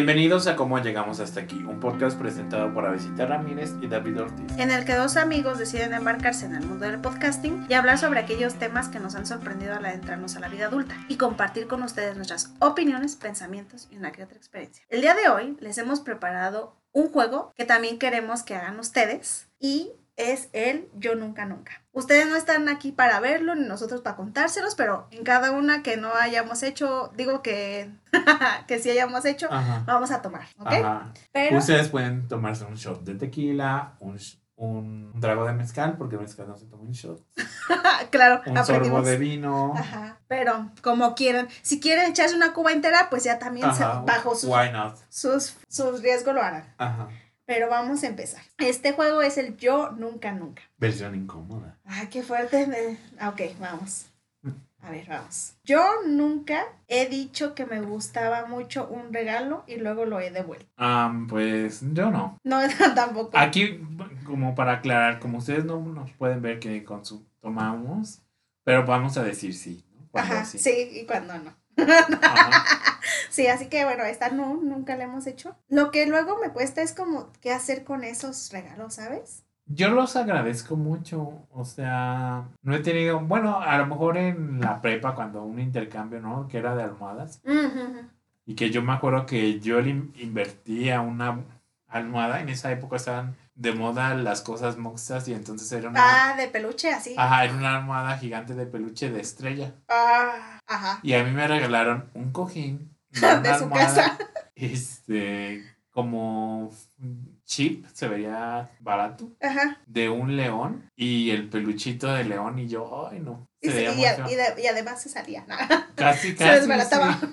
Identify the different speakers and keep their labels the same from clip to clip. Speaker 1: Bienvenidos a Cómo Llegamos Hasta Aquí, un podcast presentado por Avesita Ramírez y David Ortiz.
Speaker 2: en el que dos amigos deciden embarcarse en el mundo del podcasting y hablar sobre aquellos temas que nos han sorprendido al adentrarnos a la vida adulta y compartir con ustedes nuestras opiniones, pensamientos y una que otra experiencia. El día de hoy les hemos preparado un juego que también queremos que hagan ustedes y es el Yo Nunca Nunca. Ustedes no están aquí para verlo ni nosotros para contárselos, pero en cada una que no hayamos hecho, digo que, que sí hayamos hecho,
Speaker 1: Ajá.
Speaker 2: vamos a tomar, ¿ok?
Speaker 1: Ah. Ajá.
Speaker 2: Pero...
Speaker 1: Ustedes pueden tomarse un shot de tequila, un, sh- un trago de mezcal, porque mezcal no se toma un shot,
Speaker 2: claro,
Speaker 1: un sorbo de vino,
Speaker 2: Ajá, pero como quieran. Si quieren echarse una cuba entera, pues ya también se-
Speaker 1: Ajá,
Speaker 2: bajo sus,
Speaker 1: why not?
Speaker 2: sus, sus riesgos lo harán.
Speaker 1: Ajá.
Speaker 2: Pero vamos a empezar. Este juego es el yo nunca nunca.
Speaker 1: Versión incómoda.
Speaker 2: Ay, qué fuerte. me- ah, Ok, vamos.
Speaker 1: Mm.
Speaker 2: A ver, vamos. Yo nunca he dicho que me gustaba mucho un regalo y luego lo he devuelto.
Speaker 1: Am, pues yo no.
Speaker 2: No, tampoco.
Speaker 1: Aquí, como para aclarar, como ustedes no nos pueden ver que con su tomamos, pero vamos a decir sí. ¿no? Cuando
Speaker 2: Ajá,
Speaker 1: sí.
Speaker 2: sí, y cuando no.
Speaker 1: Ajá.
Speaker 2: Sí, así que bueno, esta no, nunca la hemos hecho. Lo que luego me cuesta es como qué hacer con esos regalos, ¿sabes?
Speaker 1: Yo los agradezco mucho, o sea, no he tenido, bueno, a lo mejor en la prepa cuando un intercambio, ¿no? Que era de almohadas
Speaker 2: Mm, Ujú, ujú.
Speaker 1: y que yo me acuerdo que yo le in- invertía una almohada, en esa época estaban de moda las cosas moxas y entonces era una,
Speaker 2: Ah, de peluche, así.
Speaker 1: ajá, era una almohada gigante de peluche de estrella
Speaker 2: Ah, ajá.
Speaker 1: y a mí me regalaron un cojín de
Speaker 2: De su casa.
Speaker 1: este, como cheap, se vería barato.
Speaker 2: Ajá.
Speaker 1: de un león y el peluchito de león y yo, ay no.
Speaker 2: Y,
Speaker 1: Se veía
Speaker 2: se-
Speaker 1: muy
Speaker 2: y a-
Speaker 1: feo.
Speaker 2: y de- y además se salía. ¿no?
Speaker 1: casi,
Speaker 2: se
Speaker 1: casi.
Speaker 2: desbarataba.
Speaker 1: sí.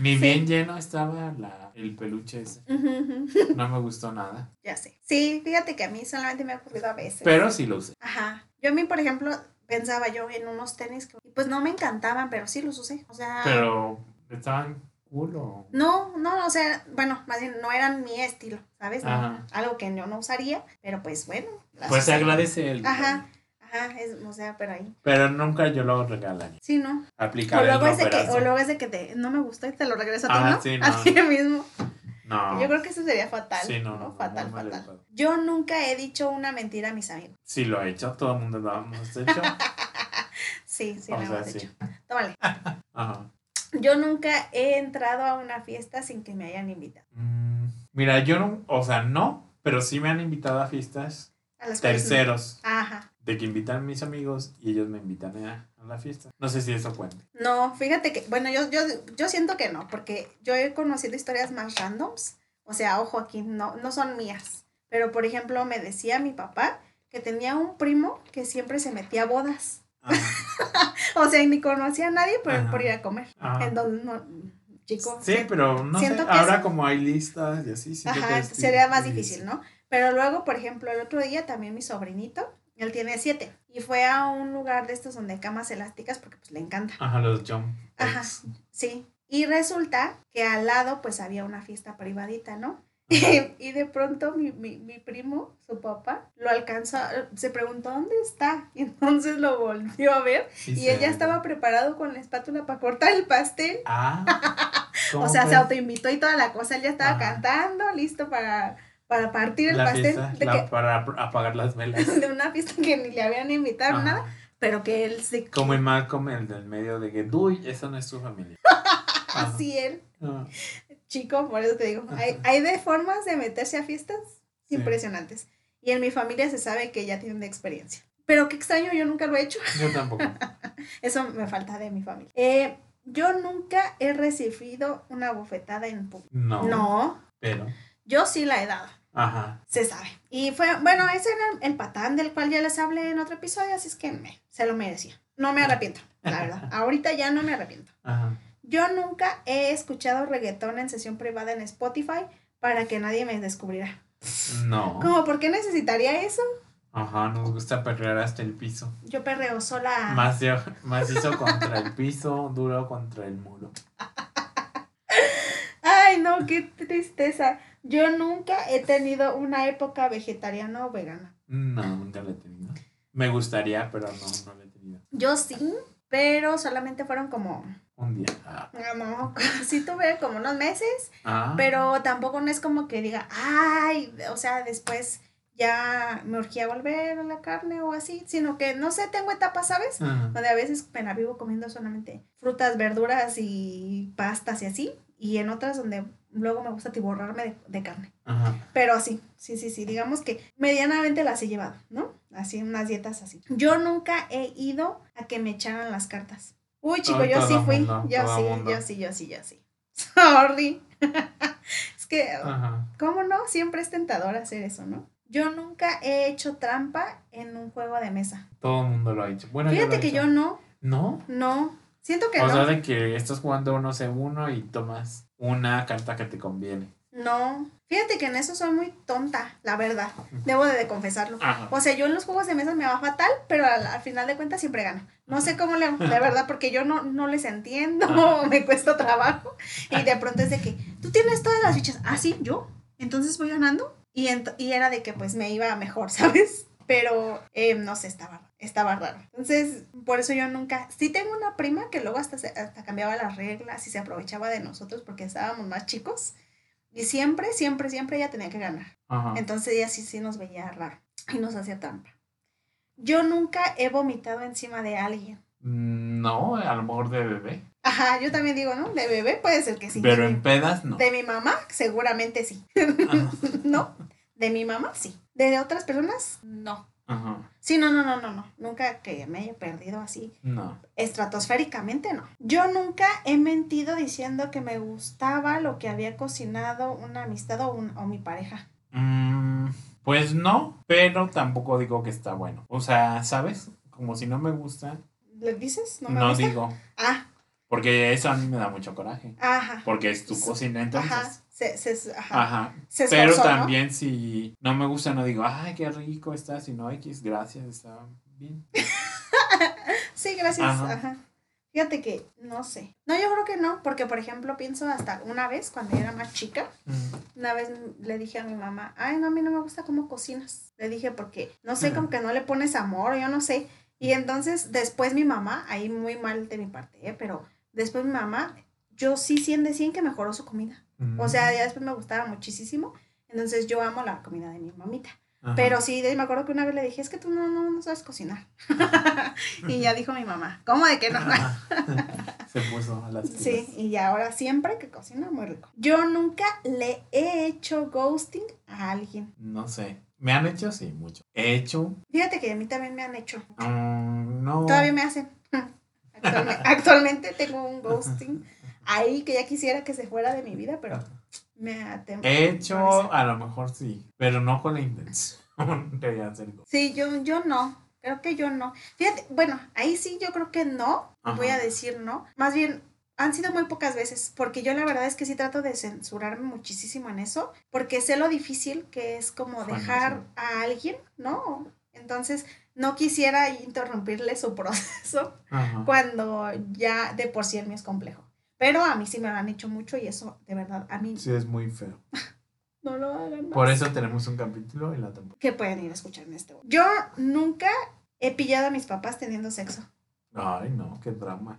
Speaker 1: Ni
Speaker 2: Sí.
Speaker 1: bien lleno estaba la, el peluche ese.
Speaker 2: Ujú, ujú.
Speaker 1: No me gustó nada.
Speaker 2: ya sé. Sí, fíjate que a mí solamente me ha ocurrido a veces.
Speaker 1: Pero sí lo usé.
Speaker 2: Ajá. Yo a mí, por ejemplo, pensaba yo en unos tenis que pues no me encantaban, pero sí los usé. O sea,
Speaker 1: Pero estaban culo.
Speaker 2: no, no, o sea, bueno, más bien no eran mi estilo, ¿sabes? Pues No,
Speaker 1: Ajá.
Speaker 2: algo que yo no usaría, pero pues bueno. las
Speaker 1: Pues se
Speaker 2: usé.
Speaker 1: agradece el.
Speaker 2: Ajá. Ajá, es- o sea, pero ahí.
Speaker 1: Pero nunca yo lo regalaría.
Speaker 2: Sí, ¿no? O
Speaker 1: Aplicar el
Speaker 2: Pues luego, es de que,
Speaker 1: roperazo.
Speaker 2: o luego es de que te, no me gustó y te lo regreso a ti,
Speaker 1: Ah,
Speaker 2: ¿no?
Speaker 1: sí, no.
Speaker 2: A ti mismo.
Speaker 1: No.
Speaker 2: Yo creo que eso sería fatal.
Speaker 1: Ah. Sí, no,
Speaker 2: ¿no?
Speaker 1: no, no,
Speaker 2: fatal,
Speaker 1: muy mal
Speaker 2: fatal.
Speaker 1: educado.
Speaker 2: Yo nunca he dicho una mentira a mis amigos.
Speaker 1: Sí lo he hecho. Todo el mundo lo hemos hecho.
Speaker 2: Sí, sí,
Speaker 1: O
Speaker 2: lo
Speaker 1: sea,
Speaker 2: hemos
Speaker 1: sí.
Speaker 2: hecho. Tómale.
Speaker 1: Ajá.
Speaker 2: Yo nunca he entrado a una fiesta sin que me hayan invitado.
Speaker 1: Mm, Mira, yo no. O sea, no. Pero sí me han invitado a fiestas
Speaker 2: A las cuales Pues, no.
Speaker 1: terceros.
Speaker 2: Ajá.
Speaker 1: de que invitan mis amigos y ellos me invitan a, a la fiesta. No sé si eso cuente.
Speaker 2: No, fíjate que, bueno, yo, yo, yo siento que no, porque yo he conocido historias más randoms. O sea, ojo aquí, no, no son mías. Pero, por ejemplo, me decía mi papá que tenía un primo que siempre se metía a bodas. Ah. O sea, y ni conocía a nadie por,
Speaker 1: Ajá.
Speaker 2: por ir a comer.
Speaker 1: Ajá.
Speaker 2: Entonces, no, chico.
Speaker 1: Ah. sí,
Speaker 2: que-
Speaker 1: pero no sé,
Speaker 2: siento que
Speaker 1: ahora
Speaker 2: eso-
Speaker 1: como hay listas y así, siento
Speaker 2: Ajá,
Speaker 1: que es
Speaker 2: sería más difícil, ¿no? Pero luego, por ejemplo, el otro día también mi sobrinito, él tiene siete, y fue a un lugar de estos donde hay camas elásticas porque pues le encanta.
Speaker 1: Ajá, los jump.
Speaker 2: Ajá.
Speaker 1: packs.
Speaker 2: Sí. Y resulta que al lado pues había una fiesta privadita, ¿no?
Speaker 1: Ajá.
Speaker 2: Y de pronto mi, mi, mi primo, su papá, lo alcanzó, se preguntó dónde está. Y entonces lo volvió a ver y
Speaker 1: se-
Speaker 2: ella estaba preparado con la espátula para cortar el pastel.
Speaker 1: Ah. ¿cómo
Speaker 2: O sea, se
Speaker 1: fue?
Speaker 2: autoinvitó y toda la cosa. Él ya estaba
Speaker 1: Ajá.
Speaker 2: cantando, listo para, para partir el
Speaker 1: La
Speaker 2: pastel
Speaker 1: fiesta,
Speaker 2: de,
Speaker 1: la-
Speaker 2: que-
Speaker 1: para ap- apagar las velas.
Speaker 2: de una fiesta que ni le habían invitado,
Speaker 1: Ajá.
Speaker 2: nada, pero que él se.
Speaker 1: Como en Malcolm, el del medio de que, uy, esa no es tu familia. Ajá.
Speaker 2: Así él,
Speaker 1: Ah,
Speaker 2: chico, por eso te digo. Hay,
Speaker 1: Ajá.
Speaker 2: hay de formas de meterse a fiestas
Speaker 1: Sí.
Speaker 2: impresionantes. Y en mi familia se sabe que ya tienen experiencia. Pero qué extraño, yo nunca lo he hecho.
Speaker 1: Yo tampoco.
Speaker 2: Eso me falta de mi familia. Eh, yo nunca he recibido una bofetada en público.
Speaker 1: No.
Speaker 2: No,
Speaker 1: Pero.
Speaker 2: yo sí la he dado.
Speaker 1: Ajá.
Speaker 2: Se sabe. Y fue, bueno, ese era el patán del cual ya les hablé en otro episodio, así es que me, se lo merecía. No me arrepiento, la verdad. Ahorita ya no me arrepiento.
Speaker 1: Ajá.
Speaker 2: Yo nunca he escuchado reggaetón en sesión privada en Spotify para que nadie me descubriera.
Speaker 1: No.
Speaker 2: Como, ¿por qué necesitaría eso?
Speaker 1: Ajá, nos gusta perrear hasta el piso.
Speaker 2: Yo perreo sola.
Speaker 1: Más, de- más hizo contra el piso, duro contra el muro.
Speaker 2: Ay, no, qué tristeza. Yo nunca he tenido una época vegetariana o vegana.
Speaker 1: No, nunca lo he tenido. Me gustaría, pero no, no lo he tenido.
Speaker 2: Yo sí, pero solamente fueron como
Speaker 1: Un día. Ah.
Speaker 2: No, sí tuve como unos meses,
Speaker 1: Ah.
Speaker 2: pero tampoco no es como que diga, ay, o sea, después ya me urgía volver a la carne o así, sino que no sé, tengo etapas, ¿sabes?
Speaker 1: Ah.
Speaker 2: Donde a veces me la vivo comiendo solamente frutas, verduras y pastas y así, y en otras donde luego me gusta tiborrarme de, de carne.
Speaker 1: Ajá.
Speaker 2: Pero sí, sí, sí, sí, digamos que medianamente las he llevado, ¿no? Así, unas dietas así. Yo nunca he ido a que me echaran las cartas. Uy, chico,
Speaker 1: Ah,
Speaker 2: yo sí
Speaker 1: todo
Speaker 2: fui.
Speaker 1: mundo,
Speaker 2: yo,
Speaker 1: todo
Speaker 2: sí,
Speaker 1: mundo.
Speaker 2: yo sí, yo sí, yo sí. Sorry. es que,
Speaker 1: Ajá.
Speaker 2: ¿cómo no? Siempre es tentador hacer eso, ¿no? Yo nunca he hecho trampa en un juego de mesa.
Speaker 1: Todo el mundo lo ha dicho. Bueno,
Speaker 2: Fíjate
Speaker 1: lo he
Speaker 2: que
Speaker 1: hecho.
Speaker 2: yo no,
Speaker 1: ¿No?
Speaker 2: no. Siento que
Speaker 1: O
Speaker 2: no.
Speaker 1: sea, de que estás jugando, no sé, uno y tomas una carta que te conviene.
Speaker 2: No. Fíjate que en eso soy muy tonta, la verdad. Debo de confesarlo.
Speaker 1: Ajá.
Speaker 2: O sea, yo en los juegos de mesa me va fatal, pero al, al final de cuentas siempre gano. No sé cómo le hago, de verdad, porque yo no, no les entiendo,
Speaker 1: Ajá.
Speaker 2: me cuesta trabajo. Y de pronto es de que, tú tienes todas las fichas. Ah, sí, yo. Entonces voy ganando. Y, ent- y era de que pues me iba mejor, ¿sabes? Pero eh, no sé, estaba, estaba raro. Entonces, por eso yo nunca. Sí, tengo una prima que luego hasta, se- hasta cambiaba las reglas y se aprovechaba de nosotros porque estábamos más chicos. Y siempre, siempre, siempre ella tenía que ganar.
Speaker 1: Ajá.
Speaker 2: Entonces ella sí, sí nos veía raro y nos hacía trampa. Yo nunca he vomitado encima de alguien.
Speaker 1: Mm, No, a lo mejor de bebé.
Speaker 2: Ajá, yo también digo, ¿no? De bebé puede ser que sí.
Speaker 1: Pero
Speaker 2: de,
Speaker 1: en pedas no.
Speaker 2: de mi mamá, seguramente sí.
Speaker 1: Ajá.
Speaker 2: ¿No? De mi mamá, sí. ¿De otras personas? No.
Speaker 1: Ajá.
Speaker 2: Sí, no, no, no, no, no. Nunca que me haya perdido así.
Speaker 1: No.
Speaker 2: Estratosféricamente no. Yo nunca he mentido diciendo que me gustaba lo que había cocinado una amistad o, un- o mi pareja.
Speaker 1: Mm, pues no, pero tampoco digo que está bueno. O sea, ¿sabes? Como si no me gusta,
Speaker 2: ¿Le dices? No
Speaker 1: no,
Speaker 2: me gusta.
Speaker 1: digo.
Speaker 2: Ah,
Speaker 1: Porque eso a mí me da mucho coraje.
Speaker 2: ajá.
Speaker 1: Porque es tu
Speaker 2: Sí.
Speaker 1: cocina entonces.
Speaker 2: Ajá, se, se, ajá.
Speaker 1: Ajá.
Speaker 2: se
Speaker 1: Pero
Speaker 2: esforzó, ¿no?
Speaker 1: también si no me gusta, no digo, ay, qué rico está, sino X, gracias, está bien.
Speaker 2: Sí, gracias.
Speaker 1: Ajá.
Speaker 2: Ajá. Fíjate que, no sé. No, yo creo que no, porque por ejemplo pienso hasta una vez, cuando yo era más chica,
Speaker 1: Mm,
Speaker 2: una vez le dije a mi mamá, ay, no, a mí no me gusta cómo cocinas. Le dije porque, no sé,
Speaker 1: Ajá.
Speaker 2: como que no le pones amor, yo no sé. Y entonces después mi mamá, ahí muy mal de mi parte, ¿eh? pero después mi mamá, yo sí 100 de 100 que mejoró su comida.
Speaker 1: mm,
Speaker 2: O sea, ya después me gustaba muchísimo. Entonces yo amo la comida de mi mamita.
Speaker 1: mm, ajá.
Speaker 2: Pero sí, de- me acuerdo que una vez le dije, es que tú no, no, no sabes cocinar. y ya dijo mi mamá, ¿cómo de que no?
Speaker 1: Se puso a las
Speaker 2: sí, y ya ahora siempre que cocina, muy rico. Yo nunca le he hecho ghosting a alguien.
Speaker 1: No sé. Me han hecho, sí, mucho. He hecho.
Speaker 2: Fíjate que a mí también me han hecho.
Speaker 1: mm, no.
Speaker 2: Todavía me hacen. Actualme- actualmente tengo un ghosting ahí que ya quisiera que se fuera de mi vida, pero me atemo.
Speaker 1: He hecho, a lo mejor sí, pero no con la intención de hacerlo.
Speaker 2: Sí, yo, yo no. Creo que yo no. Fíjate, bueno, ahí sí yo creo que no.
Speaker 1: Ajá.
Speaker 2: Voy a decir no. Más bien, han sido muy pocas veces, porque yo la verdad es que sí trato de censurarme muchísimo en eso, porque sé lo difícil que es como
Speaker 1: Bueno,
Speaker 2: dejar
Speaker 1: sí.
Speaker 2: a alguien, ¿no? Entonces, no quisiera interrumpirle su proceso
Speaker 1: Ajá.
Speaker 2: cuando ya de por sí el mío es complejo. Pero a mí sí me lo han hecho mucho y eso, de verdad, a mí
Speaker 1: Sí, es muy feo.
Speaker 2: no lo hagan más.
Speaker 1: Por eso tenemos un capítulo en la temporada.
Speaker 2: que pueden ir a escuchar en este. Yo nunca he pillado a mis papás teniendo sexo.
Speaker 1: Ay, no, qué drama.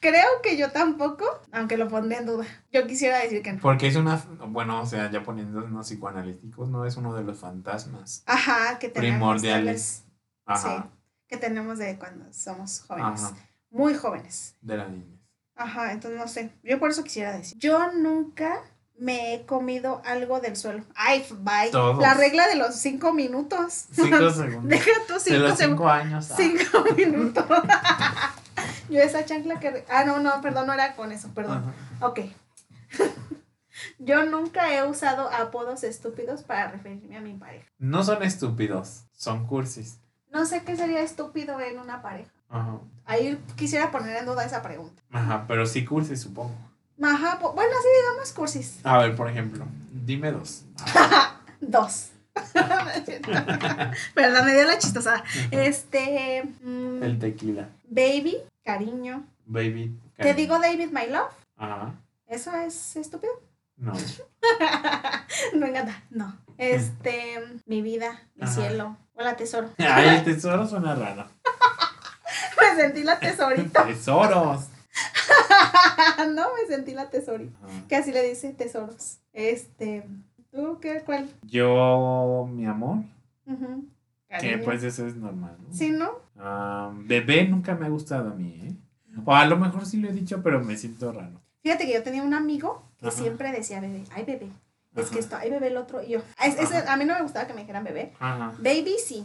Speaker 2: Creo que yo tampoco, aunque lo pondré en duda. Yo quisiera decir que no.
Speaker 1: Porque es una. Bueno, o sea, ya poniéndonos psicoanalíticos, no es uno de los fantasmas
Speaker 2: Ajá, que tenemos.
Speaker 1: primordiales.
Speaker 2: tal vez,
Speaker 1: Ajá.
Speaker 2: Sí, que tenemos de cuando somos jóvenes.
Speaker 1: Ajá.
Speaker 2: Muy jóvenes.
Speaker 1: De la niñez.
Speaker 2: Ajá, entonces no sé. Yo por eso quisiera decir. Yo nunca me he comido algo del suelo. Ay, bye.
Speaker 1: Todos.
Speaker 2: La regla de los cinco minutos.
Speaker 1: Cinco segundos.
Speaker 2: Deja tus
Speaker 1: de
Speaker 2: cinco
Speaker 1: los
Speaker 2: segundos.
Speaker 1: cinco años. ah.
Speaker 2: Cinco minutos. Yo esa chancla que... Ah, no, no, perdón, no era con eso, perdón.
Speaker 1: Ajá.
Speaker 2: Ok. Yo nunca he usado apodos estúpidos para referirme a mi pareja.
Speaker 1: No son estúpidos, son cursis.
Speaker 2: No sé qué sería estúpido en una pareja.
Speaker 1: Ajá.
Speaker 2: Ahí quisiera poner en duda esa pregunta.
Speaker 1: Ajá, pero sí cursis, supongo.
Speaker 2: Ajá, po- bueno, así digamos cursis.
Speaker 1: A ver, por ejemplo, dime dos.
Speaker 2: Dos. Perdón, me dio la chistosa. Este... mm,
Speaker 1: El tequila.
Speaker 2: baby, cariño.
Speaker 1: Baby.
Speaker 2: ¿Te digo David My Love?
Speaker 1: Ajá.
Speaker 2: ¿Eso es estúpido?
Speaker 1: No.
Speaker 2: Me encanta. No. Este, mi vida, mi
Speaker 1: Ajá.
Speaker 2: cielo. Hola, tesoro.
Speaker 1: Ay, el tesoro suena raro.
Speaker 2: Me sentí la tesorita.
Speaker 1: Tesoros.
Speaker 2: no, me sentí la tesorita.
Speaker 1: Ajá.
Speaker 2: Que así le dice tesoros. Este. ¿Tú qué? ¿Cuál?
Speaker 1: Yo, mi amor,
Speaker 2: Ujú.
Speaker 1: que
Speaker 2: Cariño.
Speaker 1: pues eso es normal. ¿no?
Speaker 2: Sí, ¿no?
Speaker 1: Ah, bebé nunca me ha gustado a mí, ¿eh? O a lo mejor sí lo he dicho, pero me siento raro.
Speaker 2: Fíjate que yo tenía un amigo que
Speaker 1: Ajá.
Speaker 2: siempre decía bebé. Ay, bebé. Es que
Speaker 1: Ajá.
Speaker 2: esto, ay, bebé, el otro. Y yo. "Ay, es- es-
Speaker 1: Ajá.
Speaker 2: a mí no me gustaba que me dijeran bebé.
Speaker 1: Ajá,
Speaker 2: Baby sí.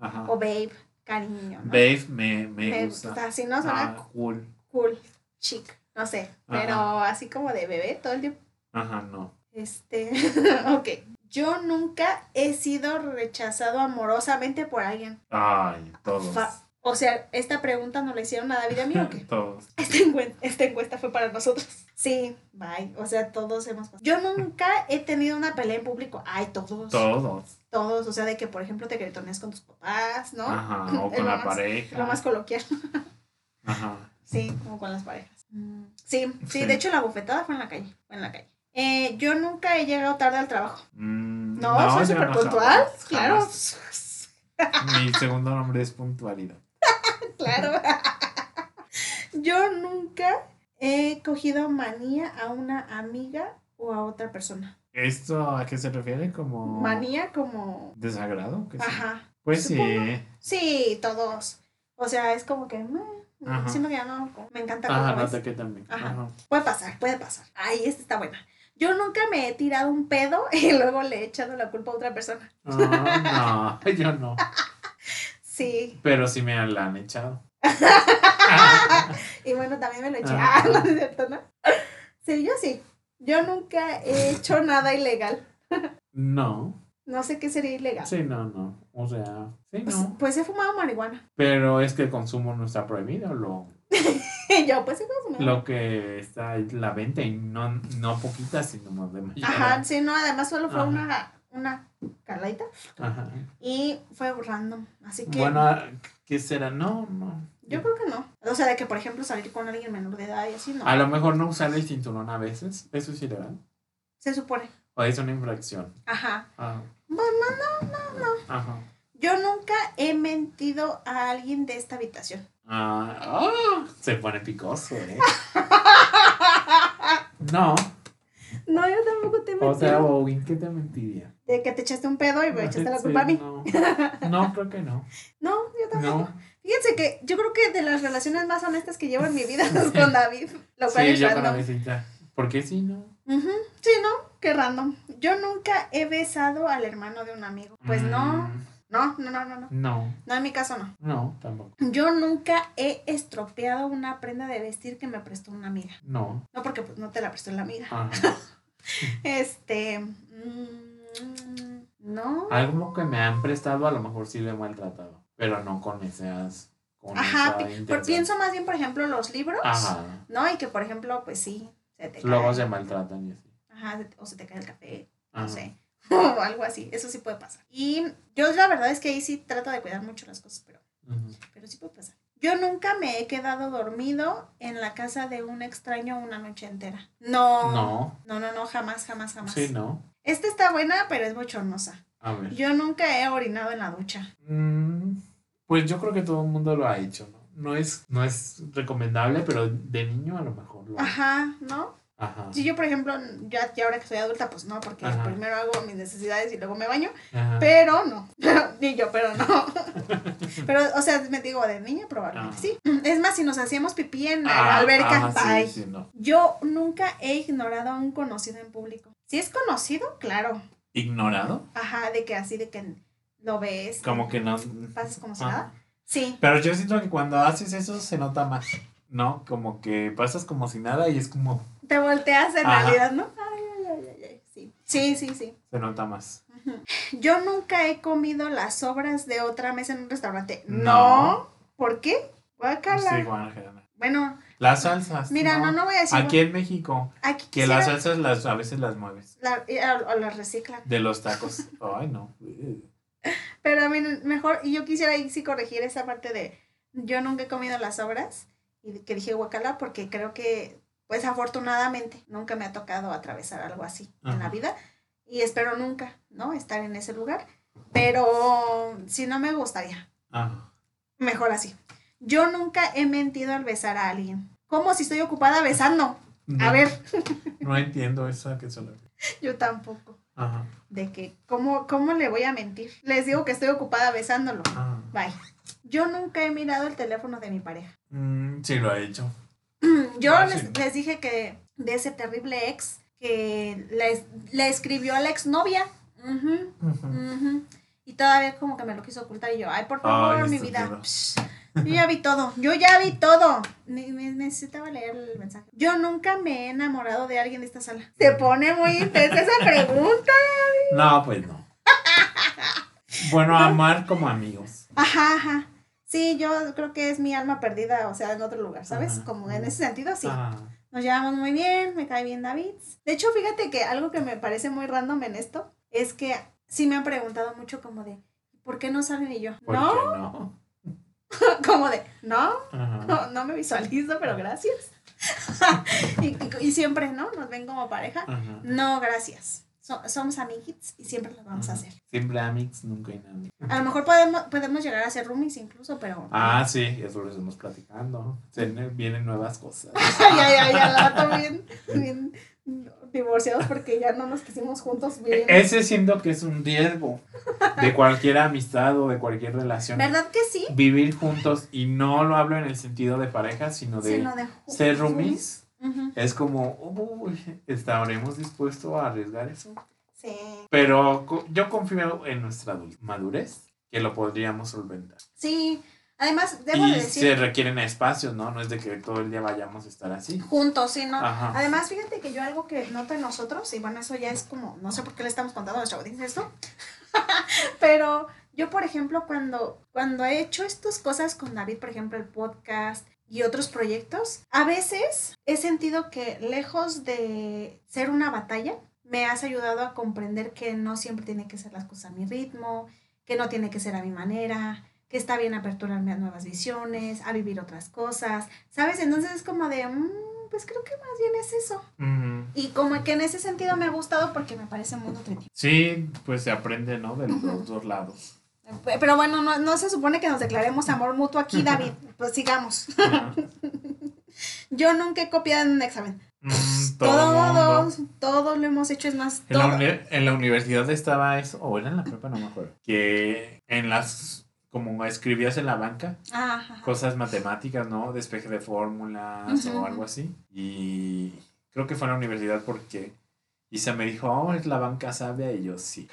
Speaker 1: ajá.
Speaker 2: O babe. Cariño. ¿no?
Speaker 1: Babe me, me,
Speaker 2: Me
Speaker 1: gusta.
Speaker 2: gusta. Así no suena
Speaker 1: Ah, cool.
Speaker 2: cool, chic. No sé. Pero así como de bebé todo el tiempo.
Speaker 1: Ajá, no.
Speaker 2: Este, ok. Yo nunca he sido rechazado amorosamente por alguien.
Speaker 1: Ay, todos.
Speaker 2: Fa- o sea, esta pregunta no le hicieron a David y a mí o qué?
Speaker 1: Todos.
Speaker 2: Esta, encuen- esta encuesta fue para nosotros. Sí, bye. O sea, todos hemos pasado. Yo nunca he tenido una pelea en público. Ay, todos.
Speaker 1: Todos.
Speaker 2: Todos. O sea, de que, por ejemplo, te gritoneas con tus papás, ¿no?
Speaker 1: Ajá. O
Speaker 2: Lo
Speaker 1: con la
Speaker 2: más-
Speaker 1: pareja.
Speaker 2: Lo más coloquial.
Speaker 1: Ajá.
Speaker 2: Sí, como con las parejas. Mm, Sí, sí,
Speaker 1: Sí.
Speaker 2: de hecho la bofetada fue en la calle. Fue en la calle. Eh, yo nunca he llegado tarde al trabajo.
Speaker 1: Mm,
Speaker 2: No,
Speaker 1: yo
Speaker 2: soy súper
Speaker 1: no,
Speaker 2: puntual.
Speaker 1: jamás,
Speaker 2: Claro.
Speaker 1: jamás. Mi segundo nombre es puntualidad.
Speaker 2: Claro. Yo nunca he cogido manía a una amiga o a otra persona.
Speaker 1: ¿Esto a qué se refiere? Como.
Speaker 2: Manía como...
Speaker 1: ¿Desagrado? ¿Qué sé?
Speaker 2: Ajá.
Speaker 1: Pues sí.
Speaker 2: Sí, todos. O sea, es como que... meh,
Speaker 1: Ajá.
Speaker 2: Siento que ya no... como- Me encanta cómo
Speaker 1: Ajá, Ah, no
Speaker 2: es.
Speaker 1: sé qué también.
Speaker 2: Ajá.
Speaker 1: Ajá.
Speaker 2: Puede pasar, puede pasar. Ay, esta está buena. Yo nunca me he tirado un pedo y luego le he echado la culpa a otra persona.
Speaker 1: Ah, no, yo no.
Speaker 2: Sí.
Speaker 1: Pero sí me la han echado.
Speaker 2: Y bueno, también me lo eché.
Speaker 1: Ah.
Speaker 2: Ah, no es cierto, ¿no? Sí, yo sí. Yo nunca he hecho nada ilegal.
Speaker 1: No.
Speaker 2: No sé qué sería ilegal.
Speaker 1: Sí, no, no. O sea, sí,
Speaker 2: Pues,
Speaker 1: no.
Speaker 2: pues he fumado marihuana.
Speaker 1: Pero es que el consumo no está prohibido. Lo,
Speaker 2: Y yo, pues he consumido.
Speaker 1: lo que está es la venta y no, no poquita, sino más de mayor.
Speaker 2: Ajá, sí, no, además solo fue
Speaker 1: Ajá.
Speaker 2: una, una carlaita
Speaker 1: Ajá.
Speaker 2: y fue random. Así que
Speaker 1: Bueno, ¿qué será? No, no.
Speaker 2: yo creo que no. O sea, de que por ejemplo salir con alguien menor de edad y así, no.
Speaker 1: A lo mejor no usar el cinturón a veces. Eso es ilegal.
Speaker 2: Se supone.
Speaker 1: O es una infracción.
Speaker 2: Ajá.
Speaker 1: Ajá.
Speaker 2: Bueno,
Speaker 1: Ajá.
Speaker 2: yo nunca he mentido a alguien de esta habitación.
Speaker 1: Ah, ah, se pone picoso, ¿eh? No,
Speaker 2: No, yo tampoco te he
Speaker 1: o sea,
Speaker 2: mentido.
Speaker 1: o ¿en qué te mentiría?
Speaker 2: De que te echaste un pedo y me echaste la
Speaker 1: Sí,
Speaker 2: culpa a mí.
Speaker 1: No, No, creo que no.
Speaker 2: No, yo tampoco.
Speaker 1: No,
Speaker 2: Fíjense que yo creo que de las relaciones más honestas que llevo en mi vida es con David, lo cual
Speaker 1: sí,
Speaker 2: es
Speaker 1: yo
Speaker 2: random.
Speaker 1: con la visita. ¿Por qué sí, no?
Speaker 2: Ujú, Sí, ¿no? Qué random. Yo nunca he besado al hermano de un amigo. Pues no,
Speaker 1: Mm,
Speaker 2: no, no, no, no, no.
Speaker 1: No,
Speaker 2: No, en mi caso no.
Speaker 1: no, tampoco.
Speaker 2: Yo nunca he estropeado una prenda de vestir que me prestó una amiga.
Speaker 1: No.
Speaker 2: No porque pues, no te la prestó la amiga.
Speaker 1: Ajá.
Speaker 2: Este... mm,
Speaker 1: Ah,
Speaker 2: no.
Speaker 1: Algo que me han prestado a lo mejor sí lo he maltratado, pero no con esas... Con
Speaker 2: Ajá,
Speaker 1: esa
Speaker 2: pi- por-
Speaker 1: intención.
Speaker 2: pienso más bien, por ejemplo, los libros.
Speaker 1: Ajá.
Speaker 2: ¿No? Y que, por ejemplo, pues sí, se te
Speaker 1: Luego
Speaker 2: cae.
Speaker 1: se maltratan y así.
Speaker 2: Ajá, se- o se te cae el café.
Speaker 1: Ajá.
Speaker 2: no sé, o algo así, eso sí puede pasar. Y yo la verdad es que ahí sí trato de cuidar mucho las cosas, pero,
Speaker 1: Ujú.
Speaker 2: pero sí puede pasar. Yo nunca me he quedado dormido en la casa de un extraño una noche entera. No.
Speaker 1: No.
Speaker 2: No, no, no, jamás, jamás, jamás.
Speaker 1: Sí, no.
Speaker 2: Esta está buena, pero es bochornosa.
Speaker 1: A ver.
Speaker 2: Yo nunca he orinado en la ducha.
Speaker 1: Mm, Pues yo creo que todo el mundo lo ha hecho, ¿no? No es, no es recomendable, pero de niño a lo mejor lo ha-
Speaker 2: Ajá, ¿no?
Speaker 1: Ajá.
Speaker 2: Si yo, por ejemplo, ya, ya ahora que soy adulta, pues no, porque
Speaker 1: Ajá.
Speaker 2: primero hago mis necesidades y luego me baño.
Speaker 1: Ajá.
Speaker 2: Pero no. Ni yo, pero no. pero, o sea, me digo, de niña probablemente
Speaker 1: Ah.
Speaker 2: sí. Es más, si nos hacíamos pipí en la
Speaker 1: Ah,
Speaker 2: alberca,
Speaker 1: ajá, sí,
Speaker 2: bye.
Speaker 1: sí, no.
Speaker 2: Yo nunca he ignorado a un conocido en público. Si es conocido, claro.
Speaker 1: ¿Ignorado?
Speaker 2: Ajá, de que así, de que lo ves.
Speaker 1: Como que no.
Speaker 2: Pasas como si
Speaker 1: Ah.
Speaker 2: nada. Sí.
Speaker 1: Pero yo siento que cuando haces eso se nota más, ¿no? Como que pasas como si nada y es como
Speaker 2: Te volteas en
Speaker 1: Ajá.
Speaker 2: realidad, ¿no? Ay, ay, ay, ay, ay. Sí. Sí, sí, sí.
Speaker 1: se nota más.
Speaker 2: Ujú. Yo nunca he comido las sobras de otra mesa en un restaurante. No.
Speaker 1: No. Pues
Speaker 2: ¿Por qué? Guácala.
Speaker 1: Sí, Juan Gerardo.
Speaker 2: Bueno,
Speaker 1: Las salsas.
Speaker 2: mira, no, no, voy a decir.
Speaker 1: Aquí en México,
Speaker 2: Aquí
Speaker 1: que
Speaker 2: quisiera-
Speaker 1: las salsas las, a veces las mueves.
Speaker 2: la- eh, o, o las reciclan.
Speaker 1: De los tacos. Ay, no.
Speaker 2: Pero miren, mejor, y yo quisiera ahí sí corregir esa parte de yo nunca he comido las obras y de- que dije guacala porque creo que, pues afortunadamente, nunca me ha tocado atravesar algo así en la
Speaker 1: Ajá.
Speaker 2: vida y espero nunca, ¿no? Estar en ese lugar. Pero si no me gustaría,
Speaker 1: Ah,
Speaker 2: mejor así. Yo nunca he mentido al besar a alguien. ¿Cómo si estoy ocupada besando?
Speaker 1: No,
Speaker 2: A ver,
Speaker 1: No entiendo esa que se lo...
Speaker 2: yo tampoco.
Speaker 1: Ajá,
Speaker 2: De que, ¿cómo, ¿cómo le voy a mentir? Les digo que estoy ocupada besándolo.
Speaker 1: ajá.
Speaker 2: Bye. Yo nunca he mirado el teléfono de mi pareja.
Speaker 1: Mm, sí, lo ha hecho.
Speaker 2: Yo
Speaker 1: Ah,
Speaker 2: les,
Speaker 1: sí.
Speaker 2: les dije que de ese terrible ex que les, le escribió a la exnovia. Ujú.
Speaker 1: Ujú.
Speaker 2: Ujú. Y todavía como que me lo quiso ocultar y yo, ay, por favor,
Speaker 1: Ay,
Speaker 2: mi
Speaker 1: este
Speaker 2: vida.
Speaker 1: pedo.
Speaker 2: Psh, yo ya vi todo, yo ya vi todo. Ne- ne- necesitaba leer el mensaje. Yo nunca me he enamorado de alguien de esta sala. Se pone muy intensa esa pregunta.
Speaker 1: No, pues no. Bueno, amar como amigos.
Speaker 2: Ajá, ajá. Sí, yo creo que es mi alma perdida, o sea, en otro lugar, ¿sabes?
Speaker 1: Ajá.
Speaker 2: Como en ese sentido, sí.
Speaker 1: Ah,
Speaker 2: Nos llevamos muy bien, me cae bien David. De hecho, fíjate que algo que me parece muy random en esto es que sí me han preguntado mucho como de, ¿por qué no salen? Y yo,
Speaker 1: ¿Por
Speaker 2: no,
Speaker 1: qué no?
Speaker 2: como de, no,
Speaker 1: Ajá.
Speaker 2: No, no me visualizo, pero gracias. y, y- y siempre, ¿no? Nos ven como pareja.
Speaker 1: Ajá.
Speaker 2: No, gracias. So- somos amiguitos y siempre lo vamos a
Speaker 1: Ajá.
Speaker 2: hacer.
Speaker 1: Siempre amigos, nunca hay nadie.
Speaker 2: A lo mejor podemos, podemos llegar a ser roomies incluso, pero...
Speaker 1: Ah, sí, eso lo estamos platicando. Se ne- vienen nuevas cosas.
Speaker 2: Ay, ay, ay, al rato bien, bien divorciados porque ya no nos quisimos juntos bien.
Speaker 1: E- Ese siento que es un riesgo de cualquier amistad o de cualquier relación.
Speaker 2: ¿Verdad que sí?
Speaker 1: Vivir juntos, y no lo hablo en el sentido de pareja, sino de
Speaker 2: Sí, no de ju-
Speaker 1: ser roomies,
Speaker 2: Ujú.
Speaker 1: es como, uy, ¿estaremos dispuestos a arriesgar eso?
Speaker 2: Sí.
Speaker 1: Pero co- yo confío en nuestra adul- madurez que lo podríamos solventar.
Speaker 2: Sí. Además, debo
Speaker 1: Y
Speaker 2: de decir...
Speaker 1: se requieren espacios, ¿no? No es de que todo el día vayamos a estar así.
Speaker 2: Juntos, sí, ¿no?
Speaker 1: Ajá.
Speaker 2: Además, fíjate que yo algo que noto en nosotros, y bueno, eso ya es como, no sé por qué le estamos contando a nuestra audiencia esto, pero yo, por ejemplo, cuando, cuando he hecho estas cosas con David, por ejemplo, el podcast y otros proyectos, a veces he sentido que lejos de ser una batalla, me has ayudado a comprender que no siempre tiene que ser las cosas a mi ritmo, que no tiene que ser a mi manera, que está bien aperturarme a nuevas visiones, a vivir otras cosas, ¿sabes? Entonces es como de, "Mm, pues creo que más bien es eso.
Speaker 1: Ujú.
Speaker 2: Y como que en ese sentido me ha gustado porque me parece muy nutritivo.
Speaker 1: Sí, pues se aprende, ¿no? De los dos lados.
Speaker 2: Pe- Eh, Pero bueno, no, no se supone que nos declaremos amor mutuo aquí, David. Pues sigamos.
Speaker 1: Ajá.
Speaker 2: Yo nunca he copiado en un examen.
Speaker 1: Mm, todo mundo.
Speaker 2: Todos, todos lo hemos hecho, es más,
Speaker 1: En la,
Speaker 2: todo.
Speaker 1: uni- en la universidad estaba eso, o era en la prepa, no me acuerdo, que en las, como escribías en la banca,
Speaker 2: Ajá, Ah, ajá.
Speaker 1: cosas matemáticas, ¿no? Despeje de fórmulas
Speaker 2: Ujú,
Speaker 1: o algo así. Y creo que fue en la universidad porque Isa me dijo, oh, es la banca sabia, y yo sí.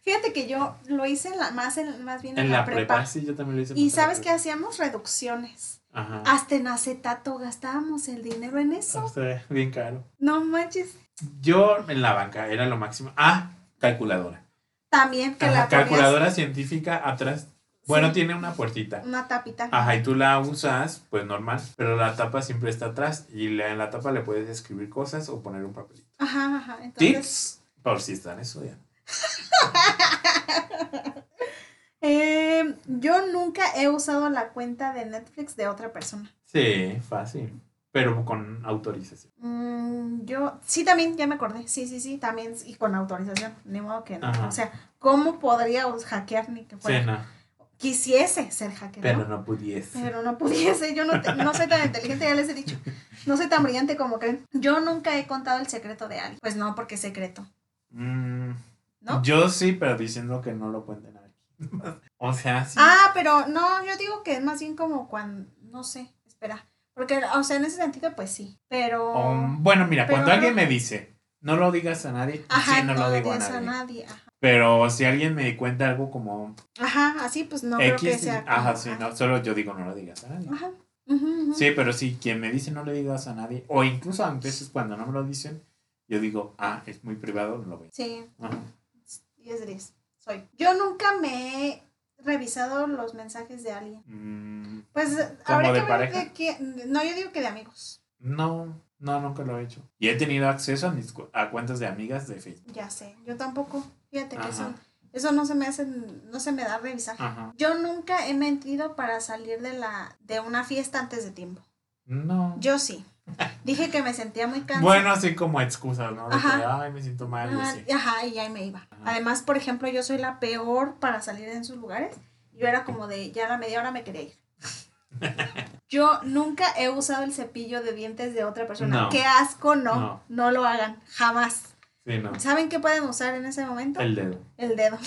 Speaker 2: Fíjate que yo lo hice en la- más, en, más bien en,
Speaker 1: En
Speaker 2: la,
Speaker 1: la
Speaker 2: prepa.
Speaker 1: prepa, sí, yo también lo hice. en
Speaker 2: Y
Speaker 1: la
Speaker 2: sabes que
Speaker 1: prepa.
Speaker 2: hacíamos reducciones.
Speaker 1: Ajá. Ah,
Speaker 2: Hasta en acetato gastábamos el dinero en eso.
Speaker 1: Está bien caro.
Speaker 2: No manches.
Speaker 1: Yo en la banca era lo máximo. Ah, calculadora.
Speaker 2: También que
Speaker 1: Ajá,
Speaker 2: la ponías
Speaker 1: calculadora científica atrás. Bueno,
Speaker 2: Sí.
Speaker 1: tiene una puertita.
Speaker 2: una tapita.
Speaker 1: Ajá, y tú la usas, pues normal, pero la tapa siempre está atrás y la- en la tapa le puedes escribir cosas o poner un papelito.
Speaker 2: Ajá, ajá. Entonces,
Speaker 1: Tips, por si están estudiando.
Speaker 2: eh, yo nunca he usado la cuenta de Netflix de otra persona.
Speaker 1: Sí, fácil, pero con autorización.
Speaker 2: Mm, yo, sí, también, ya me acordé. Sí, sí, sí, también. Y con autorización. Ni modo que no.
Speaker 1: Ajá.
Speaker 2: O sea, ¿cómo podría us- hackear ni que fuera?
Speaker 1: Cena,
Speaker 2: Quisiese ser hacker.
Speaker 1: pero
Speaker 2: ¿no?
Speaker 1: no pudiese.
Speaker 2: Pero no pudiese, yo no, te- no soy tan inteligente, ya les he dicho. No soy tan brillante como creen. Yo nunca he contado el secreto de alguien. Pues no, porque es secreto,
Speaker 1: Mm,
Speaker 2: ¿no?
Speaker 1: Yo sí, pero diciendo que no lo cuenten a ver. O sea, sí.
Speaker 2: Ah, pero no, yo digo que es más bien como cuando, no sé, espera. Porque, o sea, en ese sentido, pues sí. Pero...
Speaker 1: Um, bueno, mira,
Speaker 2: pero
Speaker 1: cuando
Speaker 2: no-
Speaker 1: alguien me dice, no lo digas a nadie,
Speaker 2: ajá,
Speaker 1: sí,
Speaker 2: no,
Speaker 1: no, lo digo a
Speaker 2: digas
Speaker 1: nadie.
Speaker 2: a nadie. Ajá.
Speaker 1: Pero si alguien me cuenta algo como
Speaker 2: Ajá, así pues no
Speaker 1: X,
Speaker 2: creo que sea... como- ah.
Speaker 1: ajá, sí, no, solo yo digo, no lo digas a nadie.
Speaker 2: Ajá. ujú, ujú.
Speaker 1: Sí, pero sí, quien me dice no le digas a nadie, o incluso a veces cuando no me lo dicen, yo digo, ah, es muy privado, no lo voy
Speaker 2: Sí,
Speaker 1: a Ajá.
Speaker 2: 10 de 10. Soy. Yo nunca me he revisado los mensajes de alguien.
Speaker 1: Mm,
Speaker 2: Pues habrá
Speaker 1: de
Speaker 2: que ver
Speaker 1: pareja?
Speaker 2: de quién- No, yo digo que de amigos.
Speaker 1: no, no, nunca lo he hecho. Y he tenido acceso a, mis cu- a cuentas de amigas de Facebook.
Speaker 2: Ya sé, yo tampoco. Fíjate que eso,
Speaker 1: Ajá. Ah.
Speaker 2: eso no se me hace, no se me da revisar.
Speaker 1: Ajá.
Speaker 2: Yo nunca he mentido para salir de la de una fiesta antes de tiempo.
Speaker 1: No.
Speaker 2: Yo sí. Dije que me sentía muy cansada.
Speaker 1: bueno, así como excusa, ¿no? De que,
Speaker 2: Ajá.
Speaker 1: ay, me siento mal. y
Speaker 2: Ah,
Speaker 1: así.
Speaker 2: Ajá, y ahí me iba.
Speaker 1: Ajá.
Speaker 2: Además, por ejemplo, yo soy la peor para salir en sus lugares. Yo era como de ya a la media hora me quería ir. Yo nunca he usado el cepillo de dientes de otra persona.
Speaker 1: No.
Speaker 2: Qué asco, no, no.
Speaker 1: No.
Speaker 2: lo hagan, jamás.
Speaker 1: Sí, no.
Speaker 2: ¿Saben qué pueden usar en ese momento?
Speaker 1: El dedo.
Speaker 2: El dedo.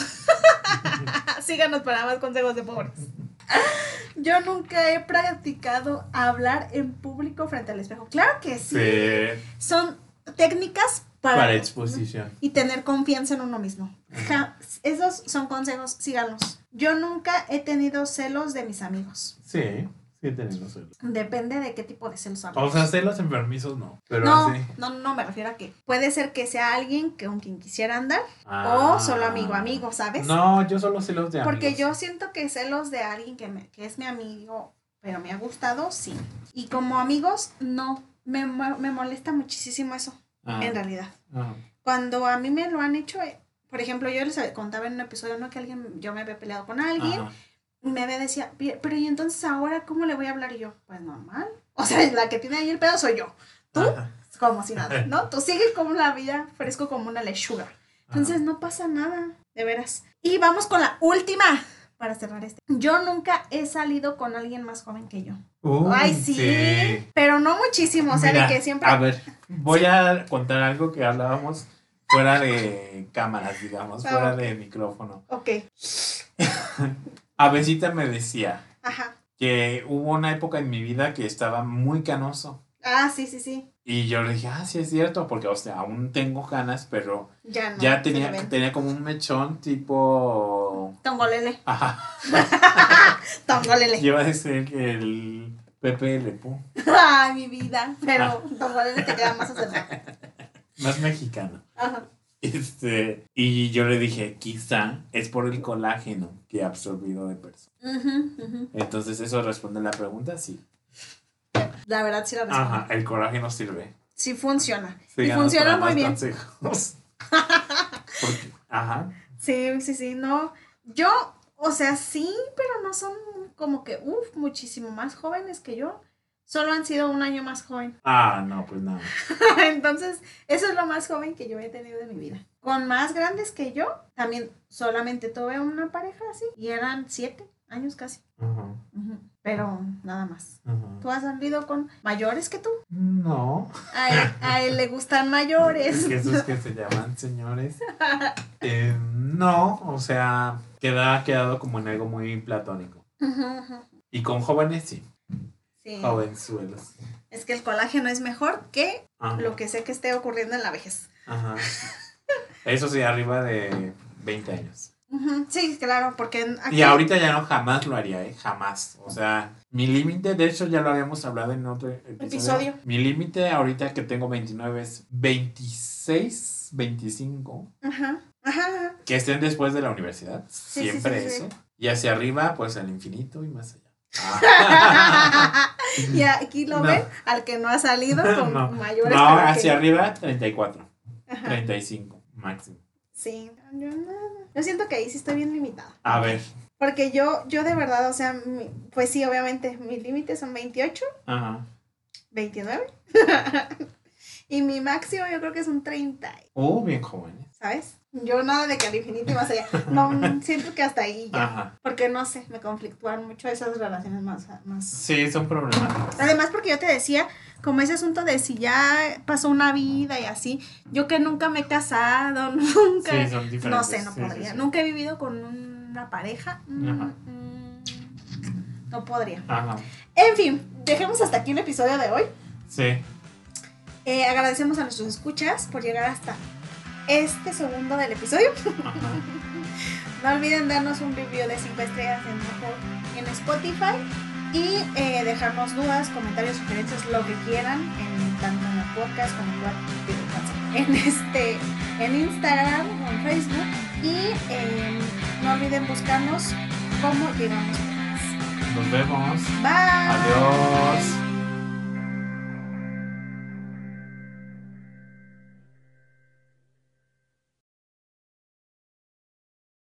Speaker 2: Síganos para más consejos de pobres. Yo nunca he practicado hablar en público frente al espejo. Claro que sí.
Speaker 1: Sí.
Speaker 2: Son técnicas para,
Speaker 1: Para exposición.
Speaker 2: y tener confianza en uno mismo. Ja- esos son consejos, síganlos. Yo nunca he tenido celos de mis amigos.
Speaker 1: Sí, sí tenemos celos.
Speaker 2: Depende de qué tipo de celos hablamos.
Speaker 1: O sea, celos enfermizos no. Pero
Speaker 2: Ah. no,
Speaker 1: así.
Speaker 2: no, no, me refiero a que puede ser que sea alguien que con quien quisiera andar
Speaker 1: Ah.
Speaker 2: o solo amigo, amigo, ¿sabes?
Speaker 1: No, yo solo celos de amigos.
Speaker 2: Porque yo siento que celos de alguien que, me- que es mi amigo, pero me ha gustado, sí. Y como amigos, no. Me, mo- me molesta muchísimo eso,
Speaker 1: Ah,
Speaker 2: en realidad.
Speaker 1: ah.
Speaker 2: Cuando a mí me lo han hecho, eh, por ejemplo, yo les contaba en un episodio, ¿no? Que alguien, yo me había peleado con alguien,
Speaker 1: Ajá.
Speaker 2: y me había decía, "Pi- pero ¿y entonces ahora cómo le voy a hablar? Y yo, pues normal. O sea, la que tiene ahí el pedo soy yo. ¿Tú?
Speaker 1: Ajá, ajá.
Speaker 2: Como si nada, ¿no? Tú sigues como la vida fresco como una lechuga. Entonces no pasa nada, de veras. Y vamos con la última para cerrar este. Yo nunca he salido con alguien más joven que yo.
Speaker 1: Uy,
Speaker 2: Ay, sí, pero no muchísimo, o sea,
Speaker 1: Mira,
Speaker 2: de que siempre...
Speaker 1: A ver, voy a contar algo que hablábamos fuera de cámaras, digamos,
Speaker 2: Ah,
Speaker 1: fuera
Speaker 2: ok.
Speaker 1: de micrófono.
Speaker 2: Ok,
Speaker 1: Avesita me decía
Speaker 2: ajá.
Speaker 1: que hubo una época en mi vida que estaba muy canoso.
Speaker 2: Ah, sí, sí, sí.
Speaker 1: Y yo le dije, ah, sí es cierto, porque, o sea, aún tengo canas, pero
Speaker 2: Ya no.
Speaker 1: ya
Speaker 2: se
Speaker 1: tenía,
Speaker 2: le ven.
Speaker 1: tenía como un mechón tipo...
Speaker 2: Tongolele,
Speaker 1: Ajá,
Speaker 2: tongolele.
Speaker 1: iba a decir que el Pepe Le Pew,
Speaker 2: Ay, mi vida, pero tongolele te queda más acertado.
Speaker 1: más mexicano.
Speaker 2: Ajá.
Speaker 1: Este, y yo le dije, quizá es por el colágeno que he absorbido de persona.
Speaker 2: Ujú, ujú.
Speaker 1: Entonces, ¿eso responde a la pregunta? Sí.
Speaker 2: La verdad sí la respondo.
Speaker 1: Ajá, el colágeno sirve.
Speaker 2: Sí funciona. y
Speaker 1: Síganos
Speaker 2: funciona
Speaker 1: para
Speaker 2: muy
Speaker 1: más
Speaker 2: bien.
Speaker 1: consejos. Porque- ajá.
Speaker 2: Sí, sí, sí, no. Yo, o sea, sí, pero no son como que, uff, muchísimo más jóvenes que yo. Solo han sido un año más joven.
Speaker 1: Ah, no, pues nada.
Speaker 2: Entonces, eso es lo más joven que yo he tenido en mi vida. Con más grandes que yo, también solamente tuve una pareja así. Y eran siete años casi.
Speaker 1: Ajá,
Speaker 2: Ujú, Pero nada más.
Speaker 1: ajá.
Speaker 2: ¿Tú has salido con mayores que tú?
Speaker 1: No.
Speaker 2: A él, a él le gustan
Speaker 1: Es
Speaker 2: mayores.
Speaker 1: que esos que se llaman señores. Eh, no, o sea, queda quedado como en algo muy platónico.
Speaker 2: Ujú, ujú.
Speaker 1: Y con jóvenes, sí.
Speaker 2: Sí.
Speaker 1: Jovenzuelos.
Speaker 2: Es que el colágeno es mejor que
Speaker 1: Ajá.
Speaker 2: lo que sé que esté ocurriendo en la vejez.
Speaker 1: Ajá. Eso sí, arriba de 20 años.
Speaker 2: Ujú, Sí, claro, porque en- aquí-
Speaker 1: Y ahorita ya no, jamás lo haría, ¿eh? Jamás. O sea, mi límite, de hecho ya lo habíamos hablado en otro episodio.
Speaker 2: Episodio.
Speaker 1: Mi límite ahorita que tengo 29 es 26, 25,
Speaker 2: Ajá, ajá, ajá.
Speaker 1: que estén después de la universidad.
Speaker 2: sí,
Speaker 1: Siempre
Speaker 2: sí, sí.
Speaker 1: eso. Y hacia arriba, pues al infinito y más Ah. allá.
Speaker 2: y aquí lo
Speaker 1: No.
Speaker 2: ven al que no ha salido con
Speaker 1: No.
Speaker 2: mayores.
Speaker 1: no,
Speaker 2: pero que-
Speaker 1: hacia arriba, 34,
Speaker 2: Ajá,
Speaker 1: 35 máximo.
Speaker 2: Sí, yo, no- yo siento que ahí sí estoy bien limitada.
Speaker 1: A ver.
Speaker 2: Porque yo, yo de verdad, o sea, mi- pues sí, obviamente, mis límites son 28,
Speaker 1: Ajá.
Speaker 2: 29. y mi máximo yo creo que es un 30,
Speaker 1: Oh, bien jóvenes.
Speaker 2: ¿sabes? Yo nada de que al infinito y más allá. No, no, siento que hasta ahí ya.
Speaker 1: Ajá.
Speaker 2: Porque no sé, me conflictúan mucho esas relaciones más, más.
Speaker 1: Sí, son problemáticos.
Speaker 2: Además, porque yo te decía, como ese asunto de si ya pasó una vida y así, yo que nunca me he casado, nunca.
Speaker 1: Sí, son diferentes.
Speaker 2: no sé, no
Speaker 1: Sí, sí,
Speaker 2: podría.
Speaker 1: sí.
Speaker 2: Nunca he vivido con una pareja. mm,
Speaker 1: Ajá.
Speaker 2: mm, no podría.
Speaker 1: Ajá.
Speaker 2: En fin, dejemos hasta aquí el episodio de hoy.
Speaker 1: Sí.
Speaker 2: Eh, agradecemos a nuestros escuchas por llegar hasta este segundo del episodio.
Speaker 1: Ajá.
Speaker 2: No olviden darnos un review de 5 estrellas en Apple y en Spotify y eh, dejarnos dudas, comentarios, sugerencias, lo que quieran, en, tanto en el podcast como en cual- digo, podcast, en, este, en Instagram o en Facebook. Y eh, no olviden buscarnos cómo llegamos.
Speaker 1: Nos vemos.
Speaker 2: Bye.
Speaker 1: Adiós.